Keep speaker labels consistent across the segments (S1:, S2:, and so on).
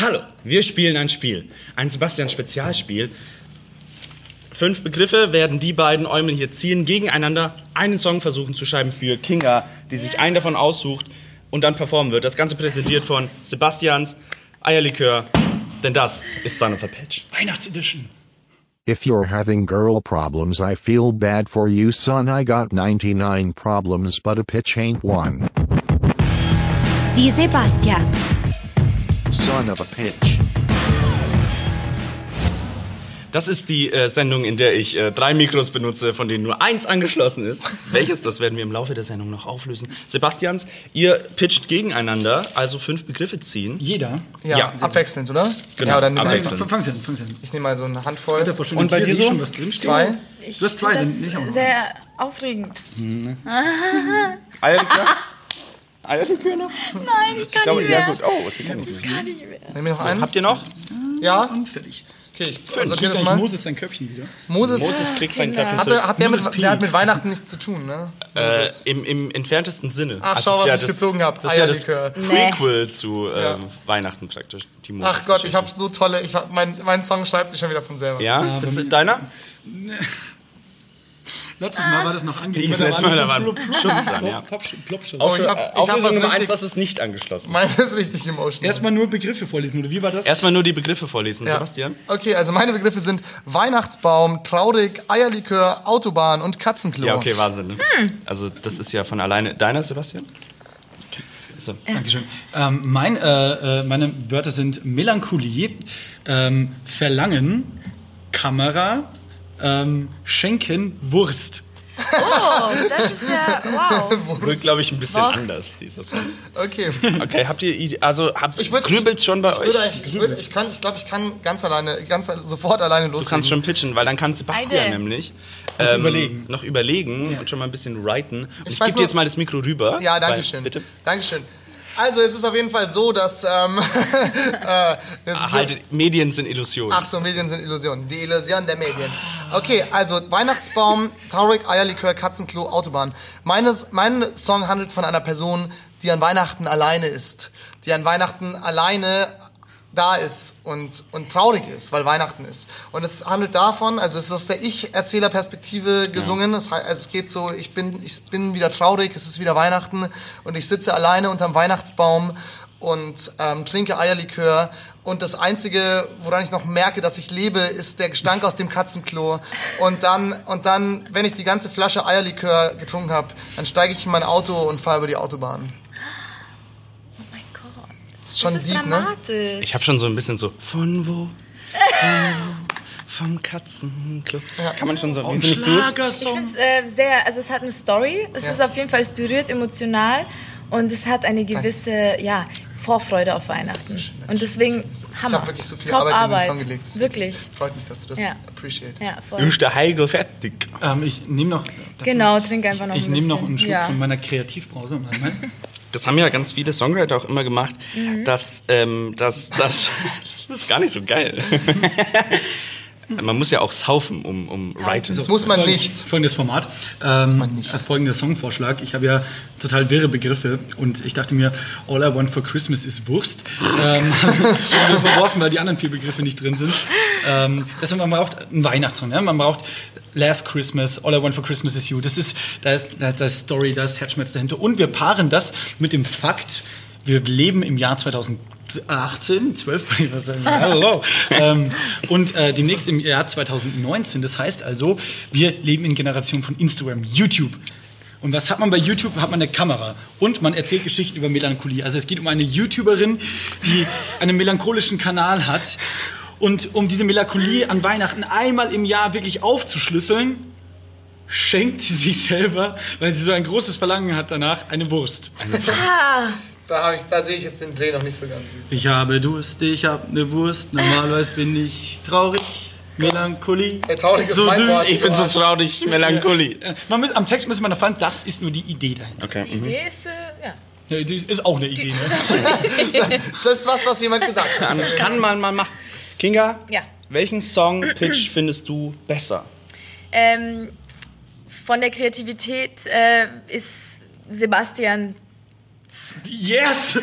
S1: Hallo, wir spielen ein Spiel. Ein Sebastian-Spezialspiel. Fünf Begriffe werden die beiden Eumel hier ziehen, gegeneinander einen Song versuchen zu schreiben für Kinga, die sich einen davon aussucht und dann performen wird. Das Ganze präsentiert von Sebastians Eierlikör, denn das ist Son of a Patch.
S2: Weihnachtsedition.
S3: If you're having girl problems, I feel bad for you, son. I got 99 problems, but a pitch ain't one.
S4: Die Sebastians.
S3: Son of a pitch.
S1: Das ist die äh, Sendung, in der ich äh, drei Mikros benutze, von denen nur eins angeschlossen ist. Welches, das werden wir im Laufe der Sendung noch auflösen. Sebastians, ihr pitcht gegeneinander, also fünf Begriffe ziehen.
S2: Jeder.
S5: Ja,
S1: Ja.
S5: abwechselnd, oder?
S1: Genau,
S5: Ja, oder nimm
S1: abwechselnd.
S5: einfach-
S2: Fang sie an, fang sie an.
S5: Ich nehme mal so eine Handvoll.
S2: Alter, voll schön.
S1: Und bei
S2: hier
S1: dir
S2: sehe ich
S1: so?
S2: schon was drinstehen.
S5: Zwei.
S6: Ich
S2: Du hast zwei,
S6: find
S2: dann ich
S6: das
S2: auch noch
S6: sehr aufregend.
S1: Eierlikör? Eierlikör noch?
S6: Nein, ich kann nicht
S1: ja
S6: mehr.
S1: gut. Oh, sie kann nicht mehr.
S6: Kann nicht mehr.
S5: Nimm mir noch einen.
S1: Habt ihr noch?
S5: Ja,
S2: Und fertig.
S5: okay, ich
S2: Also Ich
S5: sortiere
S2: krieg
S5: das
S2: gleich
S5: mal.
S2: Moses sein Köpfchen wieder.
S5: Moses,
S1: Moses kriegt sein Klappchen
S5: hat, der, hat, der,
S2: Moses
S5: mit,
S2: P.
S5: der hat mit Weihnachten nichts zu tun, ne?
S1: äh, im, Im entferntesten Sinne.
S5: Ach, schau,
S1: das ist
S5: was ich gezogen hab.
S1: Das ist ja das
S5: Eierlikör.
S1: Prequel zu äh,
S5: Ja.
S1: Weihnachten praktisch. Die
S5: Ach Gott,
S1: Moses-Geschichte.
S5: ich habe so tolle. Ich hab, mein, mein Song schreibt sich schon wieder von selber.
S1: Ja, Willst du- deiner?
S2: Letztes Mal war das noch angegeben.
S1: Letztes Mal, da war ein Schutz dran, ja.
S2: ja.
S5: Oh, ich hab, ich hab
S1: Auflösung
S5: was
S1: Nummer eins,
S5: richtig.
S1: das ist nicht angeschlossen.
S5: Meins ist richtig emotional.
S2: Erstmal nur Begriffe vorlesen, oder wie war das?
S1: Erstmal nur die Begriffe vorlesen,
S5: Ja.
S1: Sebastian.
S5: Okay, also meine Begriffe sind Weihnachtsbaum, traurig, Eierlikör, Autobahn und Katzenklo.
S1: Ja, okay, Wahnsinn. Ne?
S6: Hm.
S1: Also das ist ja von alleine. Deiner, Sebastian?
S6: Äh,
S1: So.
S2: Dankeschön. Ähm, mein, äh, äh, meine Wörter sind Melancholie, ähm, Verlangen, Kamera, ähm, Schenken, Wurst.
S6: Oh, das ist ja, wow.
S1: Wird, glaube ich, ein bisschen
S6: Was?
S1: anders, dieser Song.
S5: Okay.
S1: Okay, habt ihr, Ide- also habt,
S5: Ich würd-
S1: grübelt's schon bei
S5: Ich
S1: euch?
S5: würde eigentlich, ich, würde, ich kann, ich glaube, ich kann ganz alleine, ganz al- sofort alleine
S1: Du
S5: loslegen.
S1: kannst schon pitchen, weil dann kann Sebastian
S6: Alter.
S1: nämlich ähm,
S2: überlegen.
S1: noch überlegen und schon mal ein bisschen writen. Und ich,
S5: weiß
S1: gebe dir
S5: nur-
S1: jetzt mal das Mikro rüber.
S5: Ja,
S1: weil-
S5: danke schön.
S1: Bitte.
S5: Dankeschön. Also es ist auf jeden Fall so, dass ähm, äh, es ist so,
S1: Halt, Medien sind Illusionen.
S5: Ach so, Medien sind Illusionen. Die Illusion der Medien. Okay, also Weihnachtsbaum, Taurik, Eierlikör, Katzenklo, Autobahn. Meines, mein Song handelt von einer Person, die an Weihnachten alleine ist. Die an Weihnachten alleine da ist und, und traurig ist, weil Weihnachten ist. Und es handelt davon, also es ist aus der Ich-Erzähler-Perspektive gesungen. Es, hei- also es geht so, ich bin, ich bin wieder traurig, es ist wieder Weihnachten und ich sitze alleine unterm Weihnachtsbaum und ähm, trinke Eierlikör. Und das Einzige, woran ich noch merke, dass ich lebe, ist der Gestank aus dem Katzenklo. Und dann, und dann wenn ich die ganze Flasche Eierlikör getrunken habe, dann steige ich in mein Auto und fahre über die Autobahn.
S6: Oh mein Gott.
S5: Das ist schon
S6: das ist
S5: deep, ne?
S6: dramatisch.
S1: Ich habe schon so ein bisschen so, von wo? Von wo? Vom Katzenklo. Kann man schon so reden. Findest du's?
S6: Ich finde es äh, sehr, also es hat eine Story, es
S5: Ja.
S6: ist auf jeden Fall, es berührt emotional und es hat eine gewisse, ja, Vorfreude auf Weihnachten. Und deswegen Hammer.
S5: hab wirklich so viel Arbeit in den Song gelegt, das ist
S6: Wirklich.
S5: Freut mich, dass du das
S6: Ja.
S5: appreciatest.
S6: Ja, voll.
S1: Ist der Heigl fertig?
S2: Ähm, ich nehme noch.
S6: Genau, trink einfach noch
S2: Ich
S6: ein
S2: nehme
S6: bisschen.
S2: noch einen Schluck
S6: ja.
S2: von meiner Kreativbrause. Warte mal.
S1: Das haben ja ganz viele Songwriter auch immer gemacht, dass, ähm, dass, dass das ist gar nicht so geil. man muss ja auch saufen, um, um writen zu
S5: Das muss man
S2: Folgendes-
S5: nicht.
S2: Folgendes Format. Ähm,
S5: man nicht.
S2: äh, Folgender Songvorschlag. Ich habe ja total wirre Begriffe und ich dachte mir, All I Want for Christmas ist Wurst. ähm, haben wir verworfen, weil die anderen vier Begriffe nicht drin sind. Ähm, deswegen, man braucht einen Weihnachtssong. Ne? Man braucht Last Christmas, All I Want for Christmas is You. Das ist, da ist, da ist, da ist Story, da ist Herzschmerz dahinter. Und wir paaren das mit dem Fakt, wir leben im Jahr 2018, 12, wollte ich was sagen. Hallo. ähm, und äh, demnächst im Jahr 2019. Das heißt also, wir leben in Generation von Instagram, YouTube. Und was hat man bei YouTube? Hat man eine Kamera. Und man erzählt Geschichten über Melancholie. Also es geht um eine YouTuberin, die einen melancholischen Kanal hat. Und um diese Melancholie an Weihnachten einmal im Jahr wirklich aufzuschlüsseln, schenkt sie sich selber, weil sie so ein großes Verlangen hat danach, eine Wurst.
S5: Da, hab ich, da sehe ich jetzt den Dreh noch nicht so ganz.
S2: Ich habe Durst, ich habe eine Wurst, normalerweise bin ich traurig, Melancholie.
S5: Ey, traurig ist
S2: So
S5: mein
S2: süß,
S5: Wort.
S1: Ich bin so traurig, Melancholie.
S2: Äh, Man muss, am Text muss man erfahren, das ist nur die Idee dahinter.
S6: Die
S1: mhm.
S6: Idee ist, äh, ja.
S2: Ja, die ist- ist auch eine Idee. Ne?
S5: Das ist was, was jemand gesagt hat.
S1: Kann man mal machen. Kinga,
S6: Ja.
S1: welchen Song-Pitch findest du besser?
S6: Ähm, von der Kreativität äh, ist Sebastian Platz.
S2: Yes!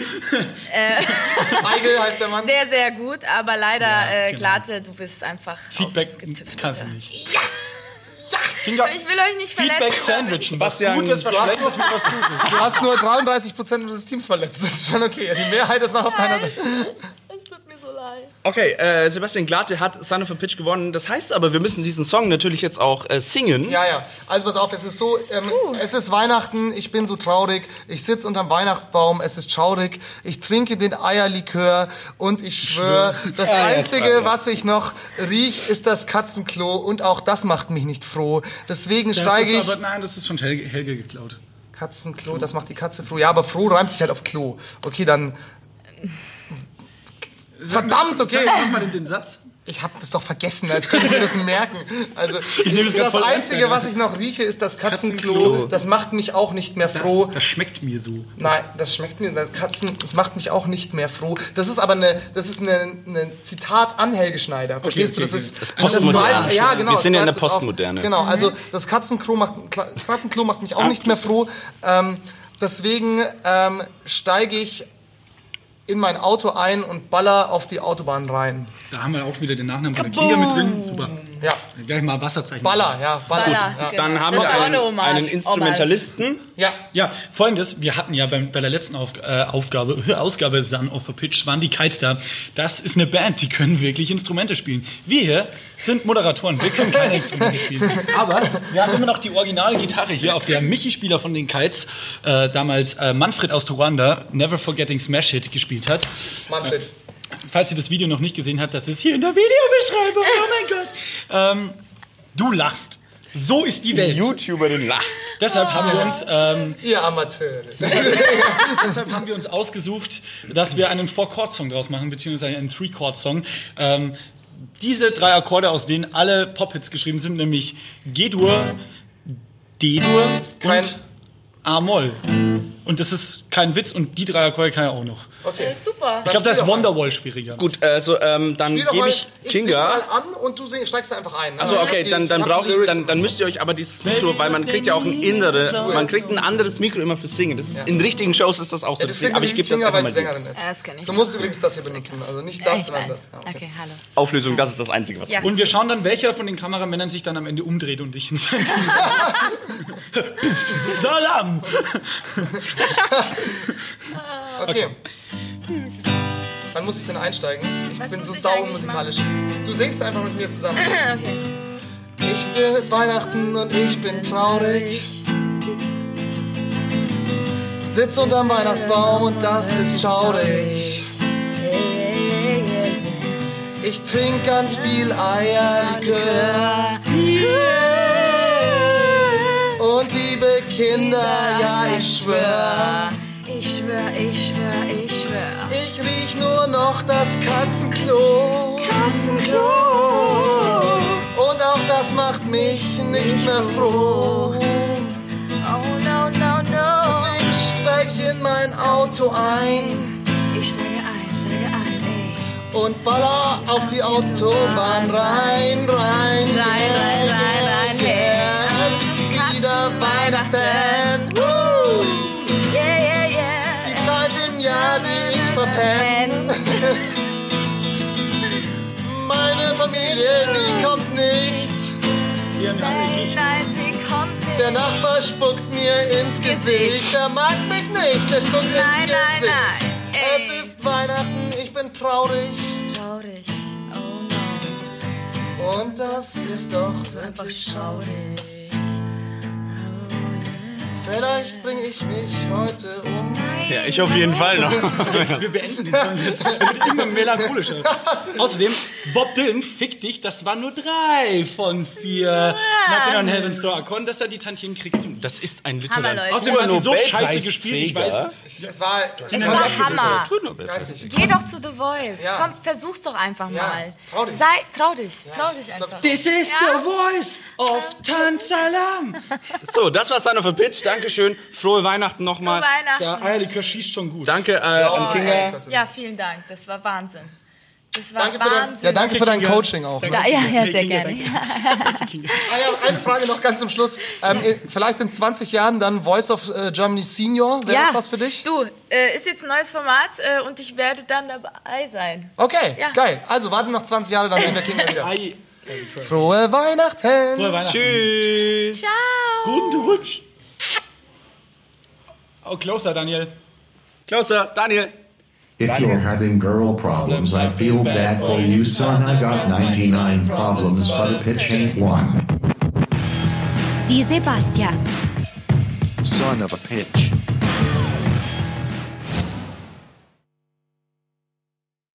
S5: Weigel heißt der Mann.
S6: Sehr, sehr gut, aber leider,
S2: Ja,
S6: äh,
S2: genau.
S6: Glatte, du bist einfach
S2: Feedback
S6: ausgetüftelt.
S2: kannst du nicht.
S1: Kinga,
S6: Ich will euch nicht verletzen.
S2: Feedback sandwichen. Was
S1: Sebastian,
S2: Gutes, was Schlechtes, mit was Gutes.
S5: Du hast nur 33% des Teams verletzt. Das ist schon okay. Die Mehrheit ist noch auf deiner Seite.
S6: Es tut mir so leid.
S1: Okay, äh, Sebastian Glate hat Son of a Pitch gewonnen. Das heißt aber, wir müssen diesen Song natürlich jetzt auch äh, singen.
S5: Ja, ja. Also pass auf, es ist so, ähm, es ist Weihnachten, ich bin so traurig, ich sitze unterm Weihnachtsbaum, es ist schaurig, ich trinke den Eierlikör und ich schwöre, das Einzige, was ich noch riech, ist das Katzenklo und auch das macht mich nicht froh. Deswegen
S2: Das
S5: steige
S2: ist
S5: ich...
S2: aber, nein, das ist von Helge, Helge geklaut.
S5: Katzenklo, das macht die Katze froh. Ja, aber froh reimt sich halt auf Klo. Okay, dann... Verdammt, okay.
S2: Sag doch noch mal den, den Satz.
S5: Ich habe das doch vergessen, als könnte ich mir das merken. Also
S2: nehme es grad
S5: das
S2: voll ernst,
S5: Einzige,
S2: Alter.
S5: was ich noch rieche, ist das Katzenklo.
S2: Katzenklo.
S5: Das macht mich auch nicht mehr
S2: Das,
S5: froh.
S2: das schmeckt mir so.
S5: Nein, das schmeckt mir. Das Katzen, das macht mich auch nicht mehr froh. Das ist aber eine, das ist eine, eine Zitat an Helge Schneider. Verstehst
S2: okay,
S5: du? Das
S2: okay.
S5: ist
S1: Das Postmoderne.
S5: greift- Ja, genau.
S1: Wir sind
S5: das
S1: ja in der
S5: greift es auf.
S1: Postmoderne.
S5: Genau. Also das Katzenklo macht, Kla- Katzenklo macht mich auch nicht mehr froh. Ähm, deswegen ähm, steige ich in mein Auto ein und baller auf die Autobahn rein.
S2: Da haben wir auch wieder den Nachnamen von der Kinga mit drin. Super.
S5: Ja.
S2: Gleich mal Wasserzeichen.
S5: Baller, ja,
S2: Ah,
S5: baller.
S6: Baller,
S5: Ja.
S1: Dann
S6: genau.
S1: haben
S6: Das
S1: wir
S6: war auch
S1: einen,
S6: eine Hommage.
S1: einen Instrumentalisten.
S5: Ja,
S2: Ja, folgendes, wir hatten ja beim, bei der letzten Auf, äh, Aufgabe, Ausgabe Sun of a Pitch, waren die Kites da. Das ist eine Band, die können wirklich Instrumente spielen. Wir hier sind Moderatoren, wir können keine Instrumente spielen. Aber wir haben immer noch die Originalgitarre hier, auf der Michi-Spieler von den Kites äh, damals äh, Manfred aus Ruanda Never Forgetting Smash Hit gespielt hat.
S5: Manfred.
S2: Falls ihr das Video noch nicht gesehen habt, das ist hier in der Videobeschreibung. Oh mein Gott. Ähm, du lachst. So ist die Welt.
S1: YouTuberin lacht.
S2: Deshalb haben wir uns... Ähm,
S5: Ihr Amateure.
S2: Deshalb haben wir uns ausgesucht, dass wir einen Four-Chord-Song draus machen, beziehungsweise einen Three-Chord-Song. Ähm, diese drei Akkorde, aus denen alle Pop-Hits geschrieben sind, nämlich G-Dur, D-Dur
S5: Kein-
S2: und A-Moll. Und das ist kein Witz und die drei Akkorde kann er auch noch.
S5: Okay.
S6: Super.
S2: Ich glaube, da
S5: spiel
S2: ist
S5: doch mal.
S2: Wonderwall schwieriger.
S1: Gut, also ähm, dann
S5: Spiel doch
S1: gebe
S5: mal,
S1: ich
S5: ich sing
S1: Kinga.
S5: mal an und du sing, steigst da einfach ein. ne?
S1: Also
S5: Ich hab
S1: okay,
S5: die-
S1: dann, dann
S5: hab die
S1: brauche ich,
S5: Lyrics
S1: dann, dann müsst ihr euch aber dieses Mikro, weil man kriegt ja auch ein innere, man kriegt ein anderes Mikro immer fürs Singen. Das ist, in richtigen Shows ist das auch so.
S5: Ja,
S1: Deswegen,
S5: das klingt
S1: aber ich
S5: wie
S1: gebe das
S5: Kinga,
S1: einfach
S5: weil
S1: mal
S5: sie
S1: die
S5: Sängerin ist.
S6: Ja, das kann ich
S5: du
S6: nicht.
S5: musst übrigens das hier benutzen, also nicht das,
S6: ich
S5: sondern
S6: weiß.
S5: das. Ja,
S6: okay.
S5: okay.
S6: hallo.
S1: Auflösung. Das ist das Einzige, was.
S6: Ja.
S2: Und wir schauen dann, welcher von den Kameramännern sich dann am Ende umdreht und dich in sein Team Puff, Salam!
S5: Okay. Wann muss ich denn einsteigen? Ich
S6: Was
S5: bin so
S6: muss ich
S5: sauer
S6: eigentlich
S5: musikalisch. Du singst einfach mit mir zusammen.
S6: Okay.
S5: Ich bin es ist Weihnachten und ich bin traurig. Sitz unterm Weihnachtsbaum und das ist schaurig. Ich trinke ganz viel Eierlikör. Und liebe Kinder, ja, ich schwör,
S6: Ich schwör, ich schwör, ich schwör.
S5: ich riech nur noch das Katzenklo.
S6: Katzenklo.
S5: Und auch das macht mich nicht mehr froh.
S6: Oh no, no, no.
S5: Deswegen steig ich in mein Auto ein
S6: Ich steige ein, steige ein, ey.
S5: und baller auf die Autobahn rein, rein, rein,
S6: rein, rein, rein,
S5: yeah.
S6: yeah.
S5: Es ist wieder Weihnachten. Woo!
S6: Yeah, yeah, yeah.
S5: Die Zeit im Jahr, die ich verpennt. Meine Familie, die kommt nicht.
S6: Nein, nein, sie kommt nicht.
S5: Der Nachbar spuckt mir ins Gesicht. Der mag mich nicht, der spuckt
S6: Nein,
S5: ins
S6: nein,
S5: Gesicht.
S6: nein. Ey.
S5: Es ist Weihnachten, ich bin traurig.
S6: traurig. Oh no.
S5: Und das ist doch wirklich schaurig. Vielleicht bringe ich mich heute um.
S1: Ja, ich auf jeden Fall noch.
S2: Wir beenden den Song jetzt. Er wird immer melancholischer. Außerdem, Bob Dylan, fick dich, das waren nur drei von vier Knockin' on Heaven's Door Akkorden, dass er die Tantien kriegst. Und
S1: Das ist ein
S6: Hammer,
S1: literarischer
S6: Leute.
S2: außerdem hat sie so scheiße
S1: Nobelpreisträger.
S2: gespielt, ich weiß.
S5: Es war.
S6: Es war Hammer.
S5: Ich weiß nicht.
S6: Geh doch zu The Voice.
S5: Ja.
S6: Komm, versuch's doch einfach
S5: Ja,
S6: mal.
S5: trau dich.
S6: Sei, trau dich. Trau dich
S5: ich glaub,
S6: einfach.
S2: This is
S6: Ja.
S2: the voice of Tanzalam.
S1: So, das war Son of a Pitch. Dankeschön. Frohe Weihnachten nochmal.
S6: Frohe Weihnachten.
S2: Der Eierlikör schießt schon gut.
S1: Danke äh, an Kinga.
S5: Ja,
S6: Ja, vielen Dank. Das war Wahnsinn. Das war
S5: Danke für dein-
S6: Wahnsinn.
S5: ja, danke für dein Coaching auch. ne?
S6: Da, ja, ja, sehr gerne.
S5: Ah ja, eine Frage noch ganz zum Schluss. Ähm, eh, Vielleicht in 20 Jahren dann Voice of äh, Germany Senior. Wäre
S6: ja.
S5: das was für dich?
S6: Du, äh, ist jetzt ein neues Format äh, und ich werde dann dabei sein.
S5: Okay,
S6: Ja.
S5: geil. Also warten noch 20 Jahre, dann sehen wir Kinder wieder.
S2: Ei, Early Cry.
S5: Frohe Weihnachten!
S2: Frohe Weihnachten.
S1: Tschüss.
S6: Ciao.
S2: Guten Rutsch. Oh, closer, Daniel.
S1: Closer, Daniel.
S3: If you're having girl problems, I feel bad for you, son. I got 99 problems, but a pitch ain't one.
S4: Die Sebastians.
S3: Son of a pitch.